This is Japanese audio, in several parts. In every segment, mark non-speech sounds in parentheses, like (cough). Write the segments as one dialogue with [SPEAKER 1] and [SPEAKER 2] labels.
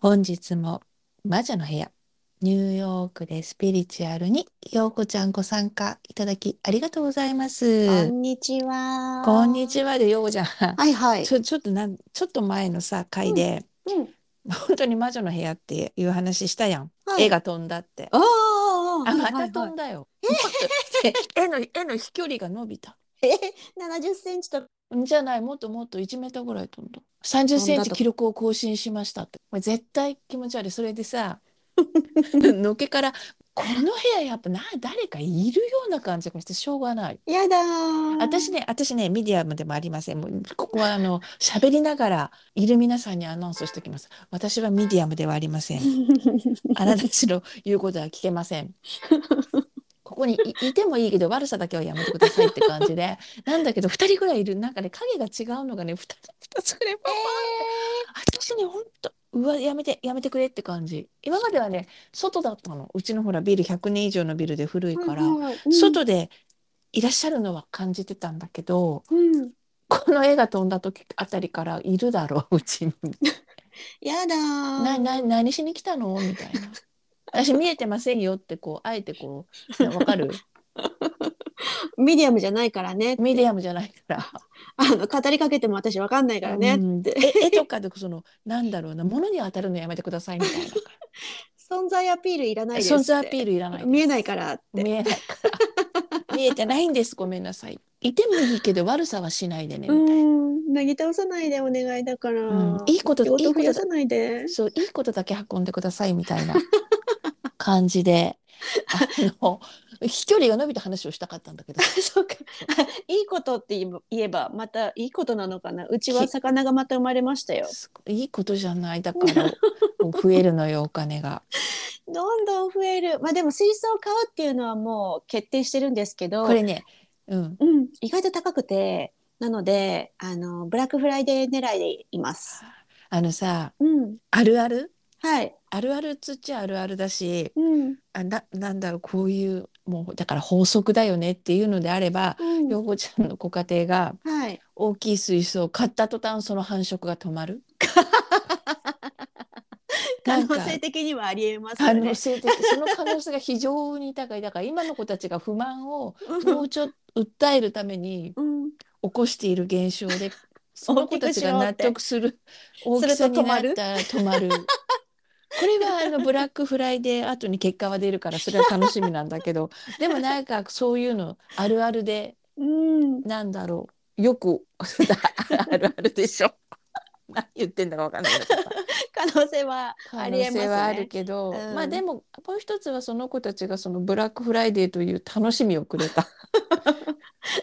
[SPEAKER 1] 本日も魔女の部屋、ニューヨークでスピリチュアルにようこちゃんご参加いただきありがとうございま
[SPEAKER 2] こ
[SPEAKER 1] す。
[SPEAKER 2] んにちは。
[SPEAKER 1] こんに
[SPEAKER 2] は。
[SPEAKER 1] ちはでようこちゃん。
[SPEAKER 2] はいはい。
[SPEAKER 1] ちょ、ちょっとなん、ちょっと前のさ、回で、
[SPEAKER 2] うん。
[SPEAKER 1] 本当に魔女の部屋っていう話したやん。
[SPEAKER 2] はい
[SPEAKER 1] 絵が飛んだって。
[SPEAKER 2] ああ。
[SPEAKER 1] あ、また
[SPEAKER 2] はいはい
[SPEAKER 1] 飛
[SPEAKER 2] は
[SPEAKER 1] んだよ。 (laughs) もっ
[SPEAKER 2] (laughs)
[SPEAKER 1] と絵の、絵の飛距離が伸びた。
[SPEAKER 2] い。え、七十センチと。
[SPEAKER 1] じゃない、もっともっと1メーターぐらい飛んだ。30センチ記録を更新しましたって。これ絶対気持ち悪い。それで (laughs) さ、のけから、この部屋やっぱな、誰かいるような感じがしてしょうがない。
[SPEAKER 2] やだー。
[SPEAKER 1] 私ね、私ね、ミディアムでもありません。もうここはあの、喋りながら、いる皆さんにアナウンスしておきます。私はミディアムではありません。
[SPEAKER 2] (laughs)
[SPEAKER 1] あなたたちの言うことは聞けません。ここにいいてもいいけど悪さだけはやめてくださいって感じでなんだけど2人ぐらいいるなんかね影が違うのがね 2, 人2つぐらいパンパンって私ねほんとうわやめてやめてくれって感じ今まではね外だったのうちのほらビル100年以上のビルで古いから、
[SPEAKER 2] はいはい。うん。
[SPEAKER 1] 外でいらっしゃるのは感じてたんだけど
[SPEAKER 2] うん。
[SPEAKER 1] この絵が飛んだ時あたりからいるだろううちに
[SPEAKER 2] やだー。
[SPEAKER 1] なな何しに来たのみ
[SPEAKER 2] (laughs)
[SPEAKER 1] たいな。私見えてませんよってこうあえてこうわ
[SPEAKER 2] (laughs)
[SPEAKER 1] かる
[SPEAKER 2] ミディアムじゃないからね。
[SPEAKER 1] ミディアムじゃないから
[SPEAKER 2] あの語りかけても私わかんないからね
[SPEAKER 1] うん
[SPEAKER 2] って。
[SPEAKER 1] え絵とかでそのなんだろうな物に当たるのやめてくださいみ
[SPEAKER 2] (laughs)
[SPEAKER 1] たいな
[SPEAKER 2] 存在アピールいらないですっ
[SPEAKER 1] 存
[SPEAKER 2] て。
[SPEAKER 1] 在アピールいらない
[SPEAKER 2] 見えないからって。
[SPEAKER 1] 見えないから見えてないんですごめんなさいいてもいいけど悪さはしないでね
[SPEAKER 2] う
[SPEAKER 1] みたいな、
[SPEAKER 2] ん。なぎ倒さないでお願いだから。
[SPEAKER 1] うんいいこといい
[SPEAKER 2] 仕事
[SPEAKER 1] こ
[SPEAKER 2] 増
[SPEAKER 1] と
[SPEAKER 2] や
[SPEAKER 1] だ
[SPEAKER 2] さないで。
[SPEAKER 1] そういいことだけ運んでくださいみたいな感じ
[SPEAKER 2] (laughs)
[SPEAKER 1] であの飛距離が伸びた話をしたかったんだけど
[SPEAKER 2] (laughs) そうか。いいことって言えば言えばまたいいことなのかな。うちは魚がまた生まれましたよ。
[SPEAKER 1] すごいいいことじゃないだから (laughs) 増えるのよお金が
[SPEAKER 2] どんどん増える。まあでも水槽を買うっていうのはもう決定してるんですけど、
[SPEAKER 1] これねうん
[SPEAKER 2] うん、意外と高くて、なので、あの、ブラックフライデー狙いでいます。
[SPEAKER 1] あのさ
[SPEAKER 2] うん。
[SPEAKER 1] あるある
[SPEAKER 2] はい。
[SPEAKER 1] あるあるっつっちゃあるあるだし
[SPEAKER 2] うん。
[SPEAKER 1] あななんだろうこういうもうだから法則だよねっていうのであれば
[SPEAKER 2] うん
[SPEAKER 1] 陽子ちゃんのご家庭が
[SPEAKER 2] はい。
[SPEAKER 1] 大きい水槽を買った途端その繁殖が止ま (laughs) る
[SPEAKER 2] 可能
[SPEAKER 1] なん
[SPEAKER 2] 性
[SPEAKER 1] か
[SPEAKER 2] 的にはありえます
[SPEAKER 1] 可
[SPEAKER 2] よ
[SPEAKER 1] 能
[SPEAKER 2] ね。
[SPEAKER 1] 性的その可能性が非常に高いだから今の子たちが不満をもうちょっと訴えるために
[SPEAKER 2] うん。
[SPEAKER 1] 起こしている現象
[SPEAKER 2] (laughs)
[SPEAKER 1] でその子たちが納得する大き
[SPEAKER 2] くしよ
[SPEAKER 1] さ
[SPEAKER 2] うって
[SPEAKER 1] になったら止
[SPEAKER 2] (laughs)
[SPEAKER 1] まる。これはあのブラックフライデー後に結果は出るからそれは楽しみなんだけどでもなんかそういうのあるあるで
[SPEAKER 2] うん。
[SPEAKER 1] なんだろうよく (laughs) あるあるでしょ (laughs) 何言ってんだかわかんないんだけど
[SPEAKER 2] 可能性は (laughs) あ
[SPEAKER 1] 可
[SPEAKER 2] りえ
[SPEAKER 1] 能
[SPEAKER 2] ます
[SPEAKER 1] 性はある
[SPEAKER 2] ね。
[SPEAKER 1] けど、
[SPEAKER 2] うん
[SPEAKER 1] まあでももう一つはその子たちがそのブラックフライデーという楽しみをくれた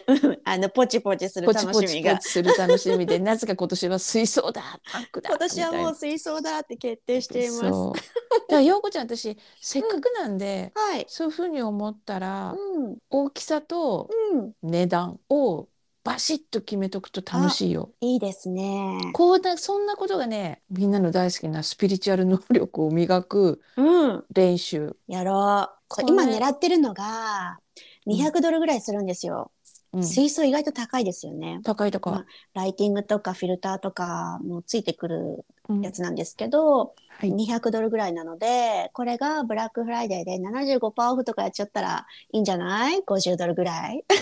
[SPEAKER 2] うんあの、ポチポチする
[SPEAKER 1] ポチ
[SPEAKER 2] 楽
[SPEAKER 1] ポ
[SPEAKER 2] し
[SPEAKER 1] チ
[SPEAKER 2] み
[SPEAKER 1] ポ
[SPEAKER 2] が。
[SPEAKER 1] チする楽しみで (laughs) なぜか今年は水槽だパンクだ
[SPEAKER 2] 今年は
[SPEAKER 1] みたい
[SPEAKER 2] も
[SPEAKER 1] な
[SPEAKER 2] う水槽だって決定しています。
[SPEAKER 1] そう。だから陽子ちゃん私せっかくなんで、
[SPEAKER 2] はい。
[SPEAKER 1] そういうふうに思ったら、
[SPEAKER 2] うん。
[SPEAKER 1] 大きさと
[SPEAKER 2] うん。
[SPEAKER 1] 値段をバシッと決めとくと楽しいよ。
[SPEAKER 2] いいですね。
[SPEAKER 1] こうだそんなことがねみんなの大好きなスピリチュアル能力を磨く
[SPEAKER 2] うん。
[SPEAKER 1] 練習。
[SPEAKER 2] やろう。
[SPEAKER 1] こ
[SPEAKER 2] そう
[SPEAKER 1] れ
[SPEAKER 2] 今狙ってるのが200ドルぐらいするんですよ。
[SPEAKER 1] うん、
[SPEAKER 2] 水槽意外と高いですよね。
[SPEAKER 1] 高い高い。
[SPEAKER 2] ライティングとかフィルターとかもついてくる
[SPEAKER 1] うん
[SPEAKER 2] やつなんですけど、
[SPEAKER 1] はい
[SPEAKER 2] 200ドルぐらいなので、これがブラックフライデーで75%オフとかやっちゃったらいいんじゃない ?50 ドルぐらい。 (laughs)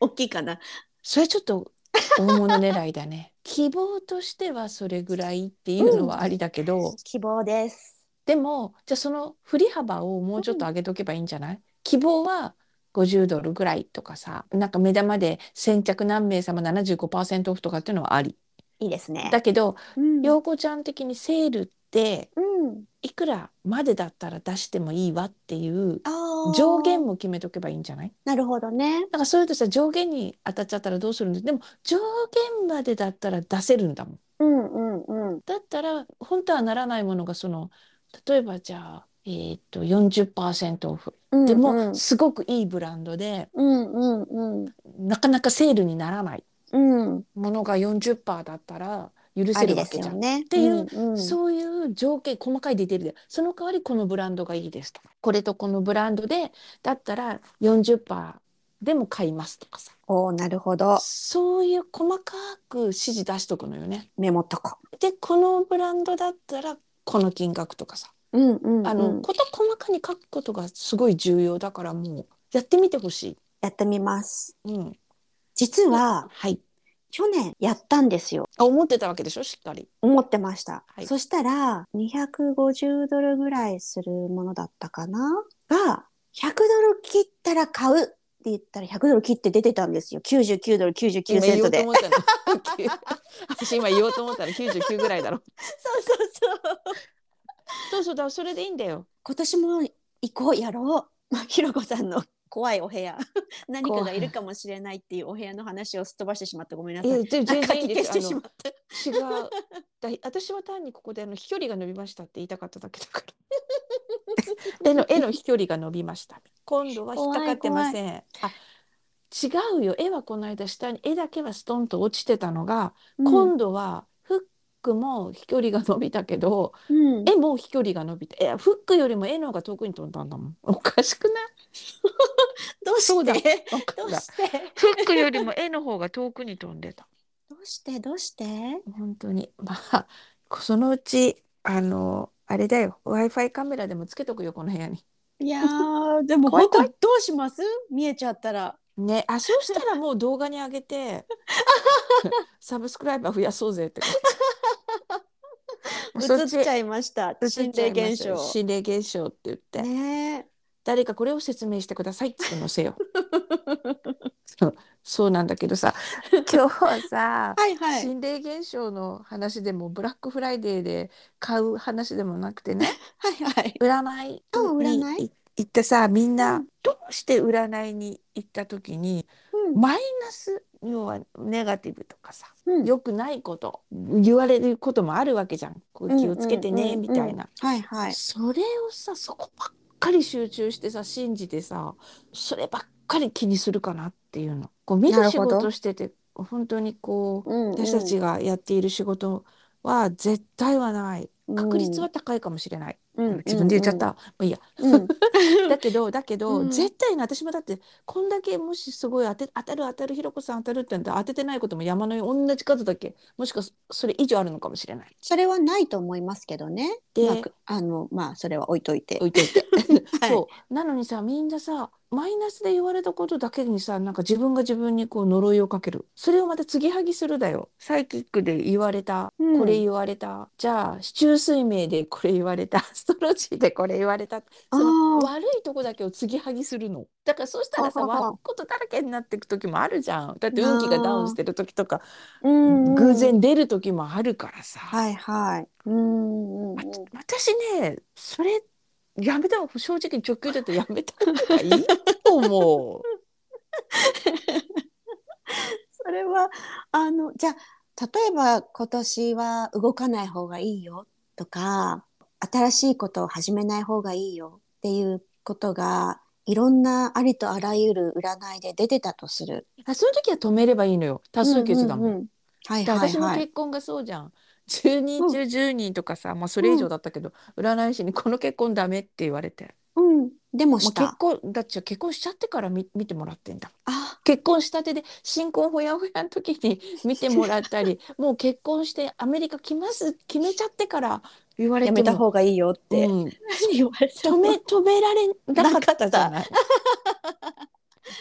[SPEAKER 2] 大きいかな。
[SPEAKER 1] それちょっ
[SPEAKER 2] (laughs)
[SPEAKER 1] と大物狙いだね。希望としてはそれぐらいっていうのはありだけど、
[SPEAKER 2] 希望です。
[SPEAKER 1] でもじゃあその振り幅をもうちょっと上げとけばいいんじゃない、希望は50ドルぐらいとかさなんか目玉で先着何名様75%オフとかっていうのはあり
[SPEAKER 2] いいですね。
[SPEAKER 1] だけど
[SPEAKER 2] うん。
[SPEAKER 1] 陽子ちゃん的にセールって
[SPEAKER 2] うん、
[SPEAKER 1] いくらまでだったら出してもいいわっていう
[SPEAKER 2] あー
[SPEAKER 1] 上限も決めとけばいいんじゃない
[SPEAKER 2] なるほどね。
[SPEAKER 1] なんかそういうとさ上限に当たっちゃったらどうするんででも上限までだったら出せるんだもん。
[SPEAKER 2] うんうんうん。
[SPEAKER 1] だったら本当はならないものがその例えばじゃあ、えー、と40%オフ
[SPEAKER 2] うん
[SPEAKER 1] で
[SPEAKER 2] うん
[SPEAKER 1] もすごくいいブランドで
[SPEAKER 2] うんうん
[SPEAKER 1] なかなかセールにならない
[SPEAKER 2] うん。うん。
[SPEAKER 1] ものが40%だったら許
[SPEAKER 2] あ
[SPEAKER 1] せる
[SPEAKER 2] りで
[SPEAKER 1] わ
[SPEAKER 2] す
[SPEAKER 1] けじ
[SPEAKER 2] よ
[SPEAKER 1] ゃん。
[SPEAKER 2] ね。って
[SPEAKER 1] いう、
[SPEAKER 2] うんうん、
[SPEAKER 1] そういう条件細かいディテールでその代わりこのブランドがいいですとかこれとこのブランドでだったら40%でも買いますとかさ
[SPEAKER 2] おーなるほど。
[SPEAKER 1] そういう細かく指示出しとくのよね。
[SPEAKER 2] メモっとこ
[SPEAKER 1] でこのブランドだったらこの金額とかさ
[SPEAKER 2] うんうんうん
[SPEAKER 1] あの、こと細かに書くことがすごい重要だからもうやってみてほし
[SPEAKER 2] やってみます。
[SPEAKER 1] い。うん、
[SPEAKER 2] 実は、
[SPEAKER 1] はい
[SPEAKER 2] 去年やったんですよ。
[SPEAKER 1] あ思ってたわけでしょしっかり。
[SPEAKER 2] 思ってました。
[SPEAKER 1] はい
[SPEAKER 2] そしたら、250ドルぐらいするものだったかなが、100ドル切ったら買うって言ったら100ドル切って出てたんですよ。99ドル99セントで。
[SPEAKER 1] 今言おうと思っ
[SPEAKER 2] (laughs)
[SPEAKER 1] たの私今言おうと思ったら99ぐらいだろ。
[SPEAKER 2] そうそうそう。
[SPEAKER 1] そうそうだそれでいいんだよ。
[SPEAKER 2] 今年も行こうやろう、ま (laughs) あ、ひろこさんの怖いお部屋 (laughs) 何かがいるかもしれないっていうお部屋の話をすっ飛ばしてしまってごめんなさい。
[SPEAKER 1] え全
[SPEAKER 2] なんか
[SPEAKER 1] 然いい
[SPEAKER 2] 聞
[SPEAKER 1] ん
[SPEAKER 2] き
[SPEAKER 1] で
[SPEAKER 2] 消
[SPEAKER 1] す
[SPEAKER 2] し
[SPEAKER 1] よ
[SPEAKER 2] てしま
[SPEAKER 1] 違
[SPEAKER 2] った
[SPEAKER 1] うだい私は単にここであの飛距離が伸びましたって言いたかっただけだから
[SPEAKER 2] (laughs)
[SPEAKER 1] 絵の絵の飛距離が伸びました今度は引っかかってませんあ違うよ絵はこの間下に絵だけはストンと落ちてたのが、今度はフックも飛距離が伸びたけど
[SPEAKER 2] うんうん
[SPEAKER 1] 絵も飛距離が伸びてえフックよりも絵の方が遠くに飛んだんだもんおかしくない
[SPEAKER 2] どう
[SPEAKER 1] そう
[SPEAKER 2] し
[SPEAKER 1] だ
[SPEAKER 2] て
[SPEAKER 1] おか
[SPEAKER 2] どう
[SPEAKER 1] しい
[SPEAKER 2] して
[SPEAKER 1] フックよりも絵の方が遠くに飛んでた
[SPEAKER 2] どうしてどうして
[SPEAKER 1] 本当にまあそのうちあのあれだよ w i f i カメラでもつけとくよこの部屋に。
[SPEAKER 2] いやーでも
[SPEAKER 1] 怖い
[SPEAKER 2] 本当
[SPEAKER 1] 怖い
[SPEAKER 2] どうします見えちゃったら。
[SPEAKER 1] ねあそうしたらもう動画に上げ (laughs) てサブスクライバー増やそうぜって
[SPEAKER 2] 映
[SPEAKER 1] そ
[SPEAKER 2] っ
[SPEAKER 1] ち
[SPEAKER 2] ちゃいました。心霊現象。
[SPEAKER 1] 心霊現象って言って、
[SPEAKER 2] ね
[SPEAKER 1] 誰かこれを説明してくださいって載せ (laughs) ようそうそうなんだけどさ (laughs) 今日はさ
[SPEAKER 2] え。はいはい。
[SPEAKER 1] 心霊現象の話でもブラックフライデーで買う話でもなくて (laughs) ね
[SPEAKER 2] はいはい。
[SPEAKER 1] 占い
[SPEAKER 2] あ占い
[SPEAKER 1] に行ってさみん
[SPEAKER 2] う
[SPEAKER 1] なんどうして占いに行った時に
[SPEAKER 2] うん
[SPEAKER 1] マイナス要はネガティブとかさ
[SPEAKER 2] うん
[SPEAKER 1] 良くないこと言われることもあるわけじゃんこう気をつけてね
[SPEAKER 2] うんうん
[SPEAKER 1] み
[SPEAKER 2] うんうん
[SPEAKER 1] たいな
[SPEAKER 2] はいはい。
[SPEAKER 1] それをさそこばっかり集中してさ信じてさそればっかり気にするかなっていうのこう見る
[SPEAKER 2] なる
[SPEAKER 1] 仕
[SPEAKER 2] ほど
[SPEAKER 1] 事してて本当にこう
[SPEAKER 2] うんうん
[SPEAKER 1] 私たちがやっている仕事は絶対はない確率は高いかもしれない。
[SPEAKER 2] うん
[SPEAKER 1] 自分で言っちゃっ。た。まあいいや。
[SPEAKER 2] うんうん
[SPEAKER 1] だけ
[SPEAKER 2] (laughs)
[SPEAKER 1] ど、だけど、
[SPEAKER 2] うん
[SPEAKER 1] 絶対に私もだって、こんだけもしすごい当て、当たる当たる、ひろこさん当たるってんだ、当ててないことも山のように同じ数だけ、もしかすそれ以上あるのかもしれない。
[SPEAKER 2] それはないと思いますけどね。
[SPEAKER 1] で、
[SPEAKER 2] まあくあのまあそれは置いといて。
[SPEAKER 1] 置いといて。
[SPEAKER 2] (laughs) はい
[SPEAKER 1] そう。なのにさ、みんなさ、マイナスで言われたことだけにさ、なんか自分が自分にこう呪いをかける。それをまた継ぎはぎするだよ。サイキックで言われた、
[SPEAKER 2] うん
[SPEAKER 1] これ言われた。じゃあ、四柱推命でこれ言われた。 (laughs) アストロジーでこれ言われた。その
[SPEAKER 2] あー
[SPEAKER 1] 悪いとこだけを継ぎはぎするの。だからそうしたらさ、
[SPEAKER 2] ほうほうほう
[SPEAKER 1] 悪いことだらけになっていく時もあるじゃん。だって運気がダウンしてる時とか、
[SPEAKER 2] うんうん
[SPEAKER 1] 偶然出る時もあるからさ。
[SPEAKER 2] はいはい。うんうんうん。
[SPEAKER 1] 私ねそれやめた方が正直直球だとやめた方がいいと思う。
[SPEAKER 2] それはあのじゃあ例えば今年は動かない方がいいよとか新しいことを始めない方がいいよっていうことがいろんなありとあらゆる占いで出てたとする。
[SPEAKER 1] (laughs) あそういう時は止めればいいのよ多数決だもん。
[SPEAKER 2] うううはい
[SPEAKER 1] だ
[SPEAKER 2] はい
[SPEAKER 1] 私の
[SPEAKER 2] はい。
[SPEAKER 1] 結婚がそうじゃん。10人中10人とかさ、まあ、それ以上だったけど、占い師に「この結婚ダメ」って言われて、
[SPEAKER 2] うん。でも
[SPEAKER 1] まあ、
[SPEAKER 2] した。
[SPEAKER 1] 結婚だっちゃ結婚しちゃってから見見てもらってんだ
[SPEAKER 2] あ
[SPEAKER 1] 結婚したてで新婚ほやほやの時に (laughs) 見てもらった (laughs) りもう結婚してアメリカ来ます決めちゃってから言われて
[SPEAKER 2] や
[SPEAKER 1] も
[SPEAKER 2] めた方がいいよって、
[SPEAKER 1] うん
[SPEAKER 2] (laughs) 言われて
[SPEAKER 1] 止 (laughs)
[SPEAKER 2] も
[SPEAKER 1] め止められなかったじゃない。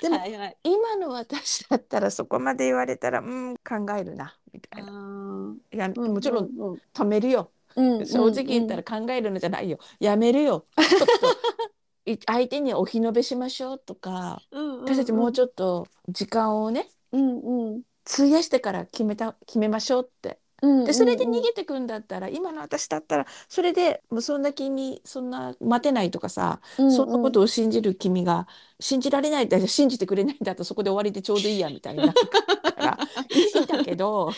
[SPEAKER 1] でも、
[SPEAKER 2] はいはい。
[SPEAKER 1] 今の私だったらそこまで言われたらうん考えるなみたいな。いやもちろん
[SPEAKER 2] ん、
[SPEAKER 1] 止めるよ、
[SPEAKER 2] うん
[SPEAKER 1] 正直言ったら考えるのじゃないよ、やめるよちょっとい相手にお日延べしましょうとか私たちもう
[SPEAKER 2] ょ
[SPEAKER 1] ちょっと時間をね
[SPEAKER 2] うんうん
[SPEAKER 1] 費やしてから決めた決めましょうって
[SPEAKER 2] うん
[SPEAKER 1] でそれで逃げてくんだったら、今の私だったらそれでもうそんな気にそんな待てないとかさ
[SPEAKER 2] うん
[SPEAKER 1] そんなことを信じる君が信じられないんだ信じてくれないんだったらそこで終わりでちょうどいいやみたいになってくるから
[SPEAKER 2] (laughs)
[SPEAKER 1] いいんだけど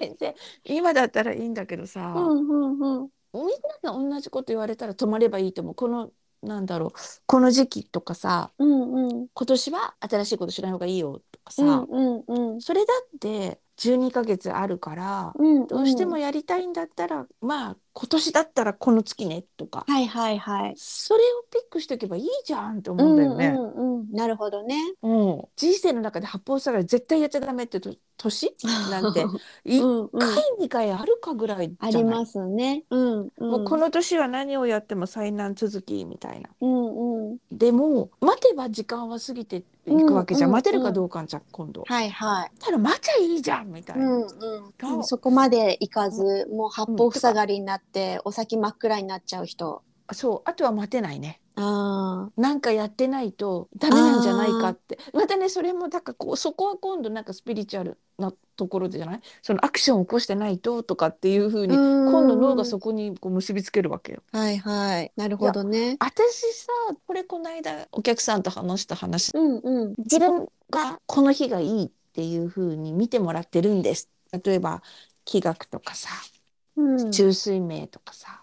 [SPEAKER 1] 全然今だったらいいんだけどさ、
[SPEAKER 2] うんうんうん
[SPEAKER 1] みんなが同じこと言われたら止まればいいと思うこのなんだろうこの時期とかさ
[SPEAKER 2] うんうん
[SPEAKER 1] 今年は新しいことしない方がいいよとかさ、
[SPEAKER 2] うんうんうん
[SPEAKER 1] それだって12ヶ月あるから、
[SPEAKER 2] うん、
[SPEAKER 1] どうしてもやりたいんだったら、まあ今年だったらこの月ねとか、
[SPEAKER 2] はいはいはい。
[SPEAKER 1] それをピックしておけばいいじゃんって思うんだよね。
[SPEAKER 2] うんうんうん、なるほどね。
[SPEAKER 1] うん、人生の中で八方塞がり絶対やっちゃダメってと年なん (laughs)
[SPEAKER 2] (laughs)
[SPEAKER 1] て
[SPEAKER 2] う
[SPEAKER 1] 1
[SPEAKER 2] んうん、
[SPEAKER 1] 回2回あるかぐらいじゃ
[SPEAKER 2] あ
[SPEAKER 1] ない
[SPEAKER 2] りますね。うん、うん。
[SPEAKER 1] もうこの年は何をやっても災難続きみたいな。
[SPEAKER 2] うんうん。
[SPEAKER 1] でも待てば時間は過ぎていくわけじゃん、
[SPEAKER 2] うんうん
[SPEAKER 1] 待てるかどうかじゃん今度。
[SPEAKER 2] はいはい。
[SPEAKER 1] ただ待ちゃいいじゃんみたいな。
[SPEAKER 2] うん
[SPEAKER 1] そう
[SPEAKER 2] うん。そこまでいかず、もう八方塞がりになって、お先真っ暗になっちゃう人。
[SPEAKER 1] そうあとは待てないね。
[SPEAKER 2] あ
[SPEAKER 1] なんかやってないとダメなんじゃないかってまたねそれもだからこうそこは今度なんかスピリチュアルなところでじゃないそのアクションを起こしてないととかっていう風
[SPEAKER 2] あ。
[SPEAKER 1] に今
[SPEAKER 2] 今
[SPEAKER 1] 度脳がそこにこう結びつけるわけよ。
[SPEAKER 2] はいはい。なるほどね。
[SPEAKER 1] 私さこれこの間お客さんと話した話
[SPEAKER 2] うんうん。
[SPEAKER 1] 自分がこの日がいいっていう風に見てもらってるんです例えば気学とかさ
[SPEAKER 2] うん。
[SPEAKER 1] 中水明とかさ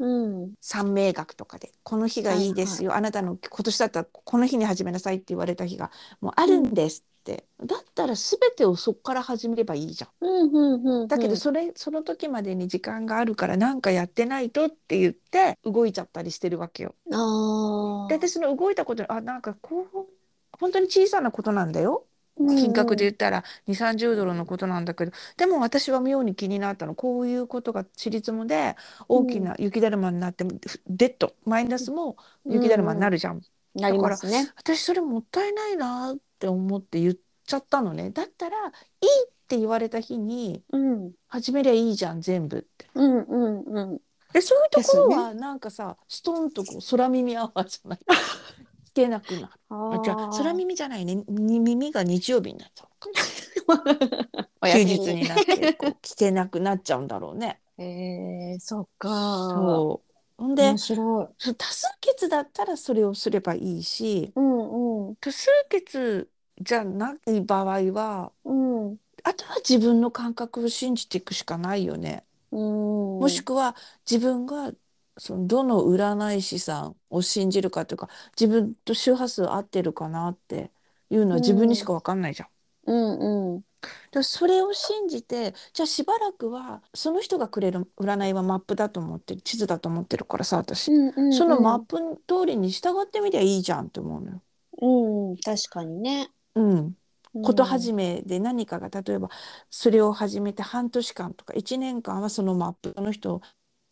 [SPEAKER 2] うん。
[SPEAKER 1] 三名学とかでこの日がいいですよ、あなたの今年だったらこの日に始めなさいって言われた日がもうあるんですって、だったら全てをそこから始めればいいじゃん
[SPEAKER 2] うんうんうん。
[SPEAKER 1] だけどそれ、その時までに時間があるからなんかやってないとって言って動いちゃったりしてるわけよ。
[SPEAKER 2] ああ。
[SPEAKER 1] で私の動いたことにあなんかこう本当に小さなことなんだよ
[SPEAKER 2] うん
[SPEAKER 1] 金額で言ったら2 3 0ドルのことなんだけどでも私は妙に気になったのこういうことがちりつもで大きな雪だるまになってデッドマイナスも雪だるまになるじゃん、
[SPEAKER 2] うんなりますね。
[SPEAKER 1] 私それもったいないなって思って言っちゃったのねだったらいいって言われた日に
[SPEAKER 2] うん。
[SPEAKER 1] 始めりゃいいじゃん全部って
[SPEAKER 2] うんうんうん。
[SPEAKER 1] でそういうところ
[SPEAKER 2] です
[SPEAKER 1] はなんかさ、ストンとこう空耳アワーじゃない (laughs) 聞けなくなるあじゃあ空耳じゃないねに耳が日曜日になっちゃうのか
[SPEAKER 2] (laughs) お
[SPEAKER 1] 休
[SPEAKER 2] 休
[SPEAKER 1] 日
[SPEAKER 2] み
[SPEAKER 1] になってこう聞けなくなっちゃうんだろう
[SPEAKER 2] (laughs)
[SPEAKER 1] ね。
[SPEAKER 2] えー、そっか。
[SPEAKER 1] そうほんで
[SPEAKER 2] 面白い。
[SPEAKER 1] そう多数決だったらそれをすればいいし
[SPEAKER 2] うんうん
[SPEAKER 1] 多数決じゃない場合は
[SPEAKER 2] うん。
[SPEAKER 1] あとは自分の感覚を信じていくしかないよね。
[SPEAKER 2] うん、
[SPEAKER 1] もしくは自分がそのどの占い師さんを信じるかというか自分と周波数合ってるかなっていうのは自分にしか分かんないじゃん。
[SPEAKER 2] うんうん
[SPEAKER 1] だからそれを信じてじゃあしばらくはその人がくれる占いはマップだと思ってる地図だと思ってるからさ私、
[SPEAKER 2] うんうん、
[SPEAKER 1] そのマップ通りに従ってみりゃいいじゃんって思うのよ。
[SPEAKER 2] うん、うん、確かにね。
[SPEAKER 1] うん、こと始
[SPEAKER 2] め、
[SPEAKER 1] めで何かが例えばそれを始めて半年間とか1年間はそのマップその人を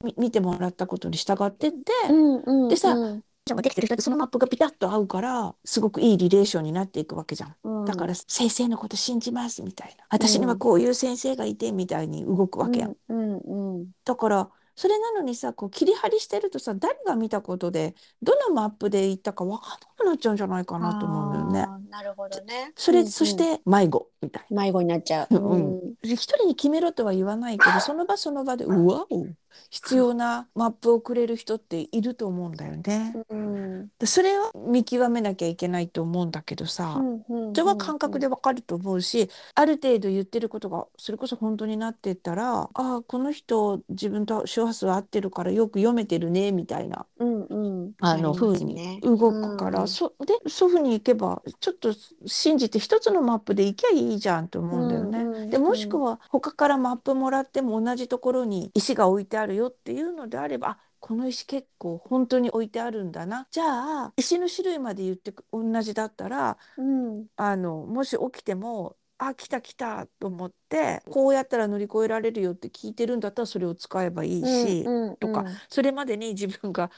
[SPEAKER 1] 見見てもらったことに従ってって、
[SPEAKER 2] うんうんうん、
[SPEAKER 1] でさ
[SPEAKER 2] うん
[SPEAKER 1] じゃあできてる人ってそのマップがピタッと合うからすごくいいリレーションになっていくわけじゃん。
[SPEAKER 2] うん、
[SPEAKER 1] だから先生のこと信じますみたいな私にはこういう先生がいてみたいに動くわけやん、
[SPEAKER 2] うんうんうん、
[SPEAKER 1] だからそれなのにさこう切り張りしてるとさ誰が見たことでどのマップで行ったか分かんなくなっちゃうんじゃないかなと思うんだよね。
[SPEAKER 2] あー。なるほどね。
[SPEAKER 1] それ、
[SPEAKER 2] うんうん
[SPEAKER 1] そして迷子みたい
[SPEAKER 2] 迷子になっちゃう。
[SPEAKER 1] うん一人に決めろとは言わないけどその場その場でうわお必要なマップをくれる人っていると思うんだよね。
[SPEAKER 2] うん
[SPEAKER 1] でそれを見極めなきゃいけないと思うんだけどさ、
[SPEAKER 2] うん、
[SPEAKER 1] それは感覚でわかると思うし、ある程度言ってることがそれこそ本当になってったらああこの人自分と周波数合ってるからよく読めてるねみたいな
[SPEAKER 2] うんうん、
[SPEAKER 1] あの
[SPEAKER 2] なりま
[SPEAKER 1] 風
[SPEAKER 2] す
[SPEAKER 1] に
[SPEAKER 2] ね
[SPEAKER 1] 動くから、
[SPEAKER 2] うん
[SPEAKER 1] そでそういう風にいけばちょっと信じて一つのマップで行きゃいいじゃんと思うんだよね。
[SPEAKER 2] うんうん
[SPEAKER 1] でもしく
[SPEAKER 2] うん
[SPEAKER 1] は他からマップもらっても同じところに石が置いてあるよっていうのであればあこの石結構本当に置いてあるんだなじゃあ石の種類まで言ってく同じだったら
[SPEAKER 2] うん
[SPEAKER 1] あのもし起きても「あ来た来た」と思ってこうやったら乗り越えられるよって聞いてるんだったらそれを使えばいいし、
[SPEAKER 2] うんうん、
[SPEAKER 1] とかそれまでに自分が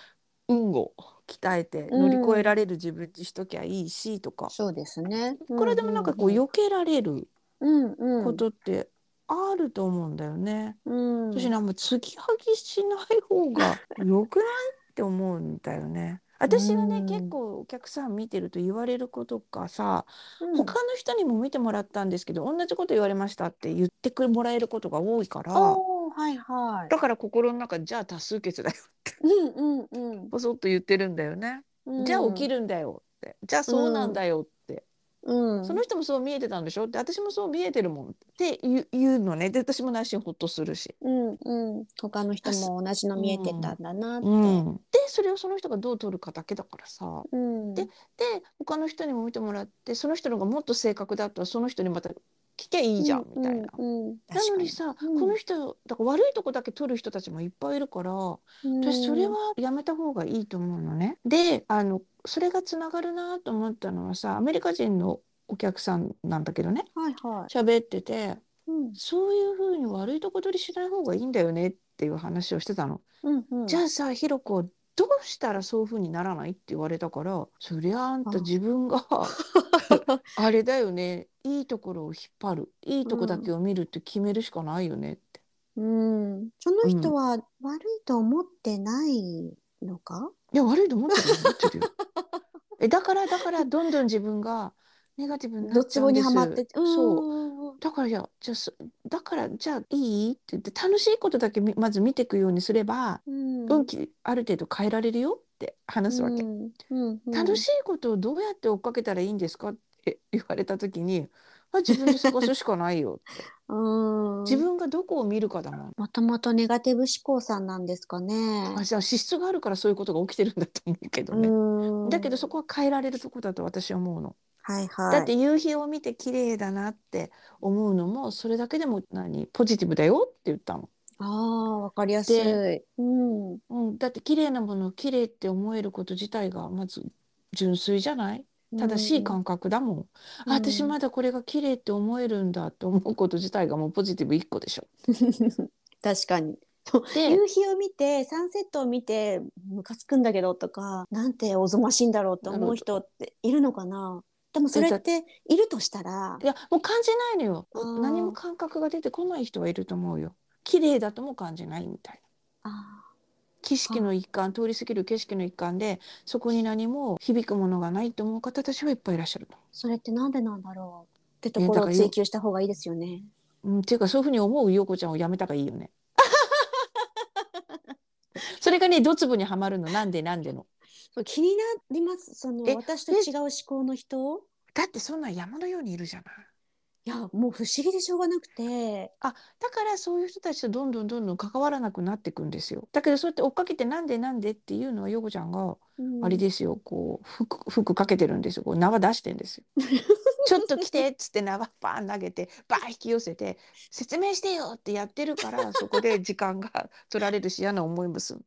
[SPEAKER 1] 運を鍛えて乗り越えられる自分にしときゃいいしとか、
[SPEAKER 2] そうですね。
[SPEAKER 1] これでもなんかこう避けられる
[SPEAKER 2] うんうんうん、
[SPEAKER 1] ことってあると思うんだよね。
[SPEAKER 2] うん、
[SPEAKER 1] 私なんか継ぎはぎしない方が良くないって思うんだよね。私はね、
[SPEAKER 2] うん
[SPEAKER 1] 結構お客さん見てると言われることがさ、
[SPEAKER 2] うん
[SPEAKER 1] 他の人にも見てもらったんですけど同じこと言われましたって言ってくもらえることが多いから
[SPEAKER 2] おーはいはい。
[SPEAKER 1] だから心の中じゃあ多数決だよ (laughs) って
[SPEAKER 2] うんうん
[SPEAKER 1] ぼそっと言ってるんだよね、
[SPEAKER 2] うん。
[SPEAKER 1] じゃあ起き
[SPEAKER 2] る。
[SPEAKER 1] るんだよってじゃあそうなんだよって、
[SPEAKER 2] うん。
[SPEAKER 1] その人もそう見えてたんでしょって私もそう見えてるもんって言う言うのねで私も内心ほっとするし、
[SPEAKER 2] うんうん。他の人も同じの見えてたんだなって。
[SPEAKER 1] うん、でそれをその人がどう取るかだけだからさ
[SPEAKER 2] うん。
[SPEAKER 1] で他の人にも見てもらってその人のがもっと正確だったらその人にまた聞けいいじゃんみたいな。
[SPEAKER 2] うんうん
[SPEAKER 1] なのにさ、
[SPEAKER 2] うん
[SPEAKER 1] この人だから悪いとこだけ取る人たちもいっぱいいるから私それはやめた方がいいと思うのね。であのそれがつながるなと思ったのはさアメリカ人のお客さんなんだけどね
[SPEAKER 2] はいはい。
[SPEAKER 1] 喋ってて
[SPEAKER 2] うん
[SPEAKER 1] そういうふうに悪いとこ取りしない方がいいんだよねっていう話をしてたの。
[SPEAKER 2] うんうん、
[SPEAKER 1] じゃあさひろこどうしたらそういう風にならないって言われたからそりゃあんた自分
[SPEAKER 2] (laughs)
[SPEAKER 1] があれだよねいいところを引っ張るいいとこだけを見るって決めるしかないよねって、
[SPEAKER 2] うん、その人は悪いと思ってないのか、
[SPEAKER 1] いや悪いと思ってるよ思ってる
[SPEAKER 2] (laughs)
[SPEAKER 1] よえだからだからどんどん自分がネガティブにな
[SPEAKER 2] ど
[SPEAKER 1] っ
[SPEAKER 2] っち
[SPEAKER 1] ちゃう
[SPEAKER 2] も
[SPEAKER 1] んで
[SPEAKER 2] に
[SPEAKER 1] す
[SPEAKER 2] はまってて。
[SPEAKER 1] そう
[SPEAKER 2] うん
[SPEAKER 1] だからいやじゃあそだからじゃあいいって言って楽しいことだけみまず見ていくようにすれば
[SPEAKER 2] うん
[SPEAKER 1] 運気ある程度変えられるよって話すわけ。
[SPEAKER 2] うんうんうん
[SPEAKER 1] 楽しいことをどうやって追っかけたらいいんですかって言われた時にあ自分で探すしかない
[SPEAKER 2] (laughs)
[SPEAKER 1] よって
[SPEAKER 2] うん
[SPEAKER 1] 自分がどこを見るかだもん
[SPEAKER 2] もともとネガティブ思考さんなんですかね
[SPEAKER 1] あ。じゃあ資質があるからそういうことが起きてるんだと思うけどね、
[SPEAKER 2] うん
[SPEAKER 1] だけどそこは変えられるとこだと私は思うの、
[SPEAKER 2] はいはい。
[SPEAKER 1] だって夕日を見て綺麗だなって思うのもそれだけでも何ポジティブだよって言ったの、
[SPEAKER 2] ああわかりやすい。うん。
[SPEAKER 1] うん、だって綺麗なものを綺麗って思えること自体がまず純粋じゃない正しい感覚だもん。
[SPEAKER 2] うん
[SPEAKER 1] あ私まだこれが綺麗って思えるんだって思うこと自体がもうポジティブ一個でしょ。
[SPEAKER 2] 確かに。
[SPEAKER 1] で
[SPEAKER 2] 夕日を見てサンセットを見てムカつくんだけどとかなんておぞましいんだろうって思う人っているのかなでもそれっているとしたら
[SPEAKER 1] いやもう感じないのよ
[SPEAKER 2] あー。
[SPEAKER 1] 何も感覚が出てこない人はいると思うよ。綺麗だとも感じないみたいな。
[SPEAKER 2] あ
[SPEAKER 1] 景色の一環通り過ぎる景色の一環でそこに何も響くものがないと思う方たちはいっぱいいらっしゃると
[SPEAKER 2] それってなんでなんだろうってところを追求した方がいいですよね。
[SPEAKER 1] うん、っていうかそういうふうに思う陽子ちゃんをやめたがいいよね。それがねドツボにはまるのなんでなんでの。
[SPEAKER 2] そう気になりますその
[SPEAKER 1] え
[SPEAKER 2] 私と違う思考の人
[SPEAKER 1] だってそんなん山のようにいるじゃない。
[SPEAKER 2] いやもう不思議でしょうがなくて
[SPEAKER 1] あ、だからそういう人たちとどんどんどんどん関わらなくなっていくんですよ。だけどそうやって追っかけてなんでなんでっていうのはヨコちゃんがあれですよ、こう服服かけてるんですよ。こう縄出してんです (laughs) よ。ちょっと来てっつって縄バーン投げてバーン引き寄せて説明してよってやってるからそこで時間が (laughs) 取られるし嫌な思いもする。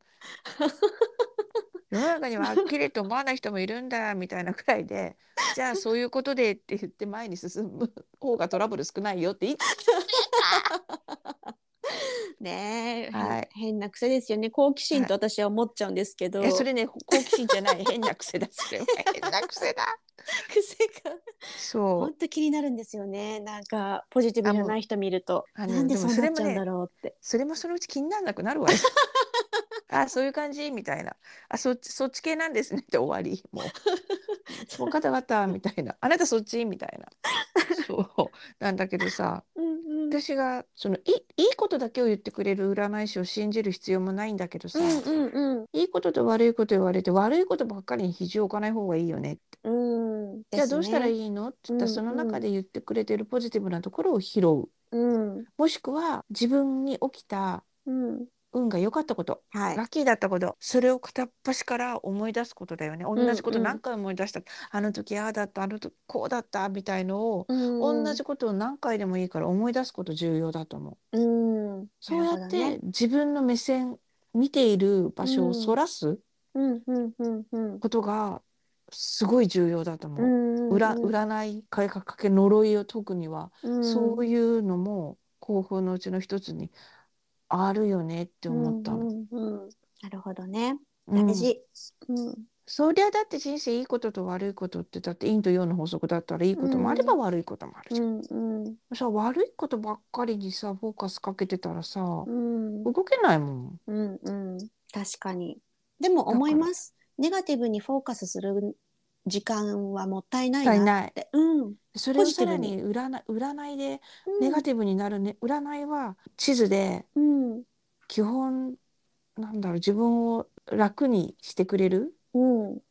[SPEAKER 1] 世の中にはあっきりと思わない人もいるんだみたいなくらい (laughs) でじゃあそういうことでって言って前に進む方がトラブル少ないよっていつ
[SPEAKER 2] ねえ、
[SPEAKER 1] はい
[SPEAKER 2] 変な癖ですよね好奇心と私は思っちゃうんですけど、
[SPEAKER 1] えそれね好奇心じゃない変な癖だそれは変な癖 (laughs) だ
[SPEAKER 2] 癖が
[SPEAKER 1] そ
[SPEAKER 2] 本
[SPEAKER 1] う
[SPEAKER 2] 当気になるんですよねなんかポジティブじゃない人見ると
[SPEAKER 1] あ
[SPEAKER 2] な
[SPEAKER 1] もうん
[SPEAKER 2] で
[SPEAKER 1] あの
[SPEAKER 2] そう
[SPEAKER 1] でもそれも
[SPEAKER 2] なっちゃうん
[SPEAKER 1] ね
[SPEAKER 2] だろうって、
[SPEAKER 1] それもそのうち気にならなくなる
[SPEAKER 2] (laughs)
[SPEAKER 1] わよあそういう感じみたいなあそそっち系なんですねって終わり
[SPEAKER 2] (laughs)
[SPEAKER 1] もうもう肩肩みたいなあなたそっちみたいなそうなんだけどさ
[SPEAKER 2] うんうん、
[SPEAKER 1] 私がそのいいいことだけを言ってくれる占い師を信じる必要もないんだけどさ、
[SPEAKER 2] うんうん
[SPEAKER 1] いいことと悪いこと言われて悪いことばっかりに肘を置かない方がいいよね
[SPEAKER 2] うんうん
[SPEAKER 1] じゃあどうしたら
[SPEAKER 2] い、
[SPEAKER 1] いいのって言ったら
[SPEAKER 2] う
[SPEAKER 1] そ
[SPEAKER 2] んう
[SPEAKER 1] の
[SPEAKER 2] ん
[SPEAKER 1] 中で言ってくれてるポジティブなところを拾う
[SPEAKER 2] うん
[SPEAKER 1] もしくは自分に起きた
[SPEAKER 2] うん、
[SPEAKER 1] 運が良かったこと
[SPEAKER 2] はい
[SPEAKER 1] ラッキーだったことそれを片っ端から思い出すことだよね
[SPEAKER 2] ん
[SPEAKER 1] 同じこと何回思い出した、あの時ああだったあの時こうだったみたいのを、同じことを何回でもいいから思い出すこと重要だと思う
[SPEAKER 2] うん、うん、
[SPEAKER 1] そうやっ
[SPEAKER 2] なる
[SPEAKER 1] て自分の目線見ている場所をそらす
[SPEAKER 2] ほどね、うんうんうんうん
[SPEAKER 1] ことがすごい重要だと思う、
[SPEAKER 2] うんうん
[SPEAKER 1] 裏占いかかけ呪いを解くには
[SPEAKER 2] うん
[SPEAKER 1] そういうのも広報のうちの一つにあるよねって思った
[SPEAKER 2] う
[SPEAKER 1] の。
[SPEAKER 2] んうんうんなるほどね
[SPEAKER 1] うん
[SPEAKER 2] 大事、うん
[SPEAKER 1] そりゃだって人生いいことと悪いことってだって陰と陽の法則だったらいいこともあれば悪いこともある
[SPEAKER 2] う
[SPEAKER 1] じゃん。
[SPEAKER 2] んうん
[SPEAKER 1] さ悪いことばっかりにさフォーカスかけてたらさ
[SPEAKER 2] うん
[SPEAKER 1] 動けないもん。
[SPEAKER 2] うんうん、確かに。でも思います。ネガティブにフォーカスする時間はもったいない
[SPEAKER 1] 足り
[SPEAKER 2] なっ
[SPEAKER 1] ない。
[SPEAKER 2] て。うん。うん
[SPEAKER 1] それをさらに占い占いでネガティブになるね、占いは地図で
[SPEAKER 2] うん
[SPEAKER 1] 基本なんだろう自分を楽にしてくれる
[SPEAKER 2] うん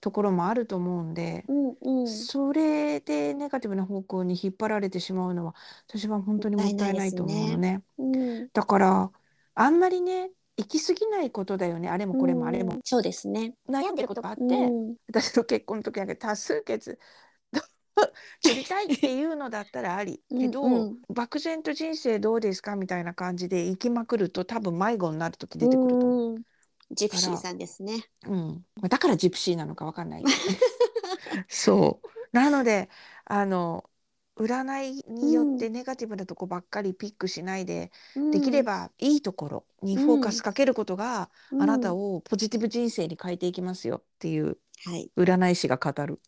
[SPEAKER 1] ところもあると思うんで。
[SPEAKER 2] うんうん。
[SPEAKER 1] それでネガティブな方向に引っ張られてしまうのは私は本当にもったいないと思うのね。
[SPEAKER 2] うん
[SPEAKER 1] だからあんまりね行き過ぎないことだよねあれもこれもあれも、。
[SPEAKER 2] そうですね。
[SPEAKER 1] 悩んでることがあって、
[SPEAKER 2] うん (laughs)
[SPEAKER 1] 私の結婚の時なんか多数決知りたいっていうのだったらあり
[SPEAKER 2] うん
[SPEAKER 1] けど、
[SPEAKER 2] うん
[SPEAKER 1] 漠然と人生どうですかみたいな感じで行きまくると多分迷子になる時出てくると思う
[SPEAKER 2] うんジプシーさんですね。
[SPEAKER 1] うん、だからジプシーなのかわかんない
[SPEAKER 2] (laughs)
[SPEAKER 1] けどね。そうなのであの占いによってネガティブなとこばっかりピックしないで、できれ
[SPEAKER 2] ば、
[SPEAKER 1] ばいいところにフォーカスかけることが、あなた
[SPEAKER 2] を。
[SPEAKER 1] をポジティブ人生に変えていきますよっていう
[SPEAKER 2] はい。
[SPEAKER 1] 占い師が語る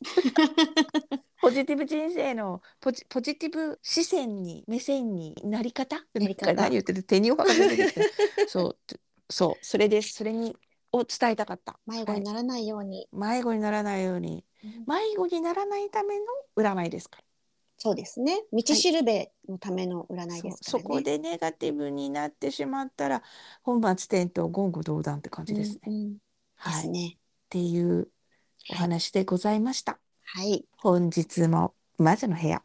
[SPEAKER 1] ポジティブ人生のポジポジティブ視線に目線になり方
[SPEAKER 2] なり方
[SPEAKER 1] んか何言ってる手におか出てきた
[SPEAKER 2] (laughs)
[SPEAKER 1] そうそうそれですそれにを伝えたかった
[SPEAKER 2] (laughs) 迷子にならないように。
[SPEAKER 1] 迷子にならないように迷子にならないための占いですから
[SPEAKER 2] そうですね。道しるべのための占いですからね。
[SPEAKER 1] そうそこでネガティブになってしまったら本末転倒言語道断って感じですね、
[SPEAKER 2] うんうんで
[SPEAKER 1] は
[SPEAKER 2] す
[SPEAKER 1] いっ
[SPEAKER 2] ね。
[SPEAKER 1] ていうお話でございました、
[SPEAKER 2] はい。
[SPEAKER 1] 本日も魔女の部屋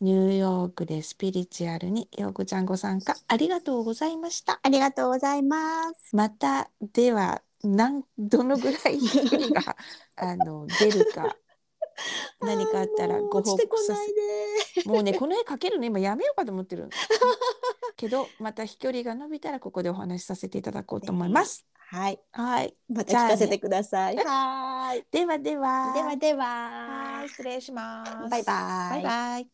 [SPEAKER 1] ニューヨークでスピリチュアルに陽子ちゃんご参加ありがとうございました
[SPEAKER 2] ありがとうございます。
[SPEAKER 1] またではなんどのぐらい距離 (laughs) があの出るか何かあったらご報告させて
[SPEAKER 2] せ
[SPEAKER 1] もうねこの絵描けるの今やめようかと思ってるけどまた飛距離が伸びたらここでお話しさせていただこうと思います
[SPEAKER 2] はい。
[SPEAKER 1] はい
[SPEAKER 2] また
[SPEAKER 1] じゃあ
[SPEAKER 2] 聞
[SPEAKER 1] ね
[SPEAKER 2] かせてください。はーい。
[SPEAKER 1] ではでは
[SPEAKER 2] ではで
[SPEAKER 1] は。
[SPEAKER 2] はい
[SPEAKER 1] 失礼します
[SPEAKER 2] バイバイ。
[SPEAKER 1] バイバイ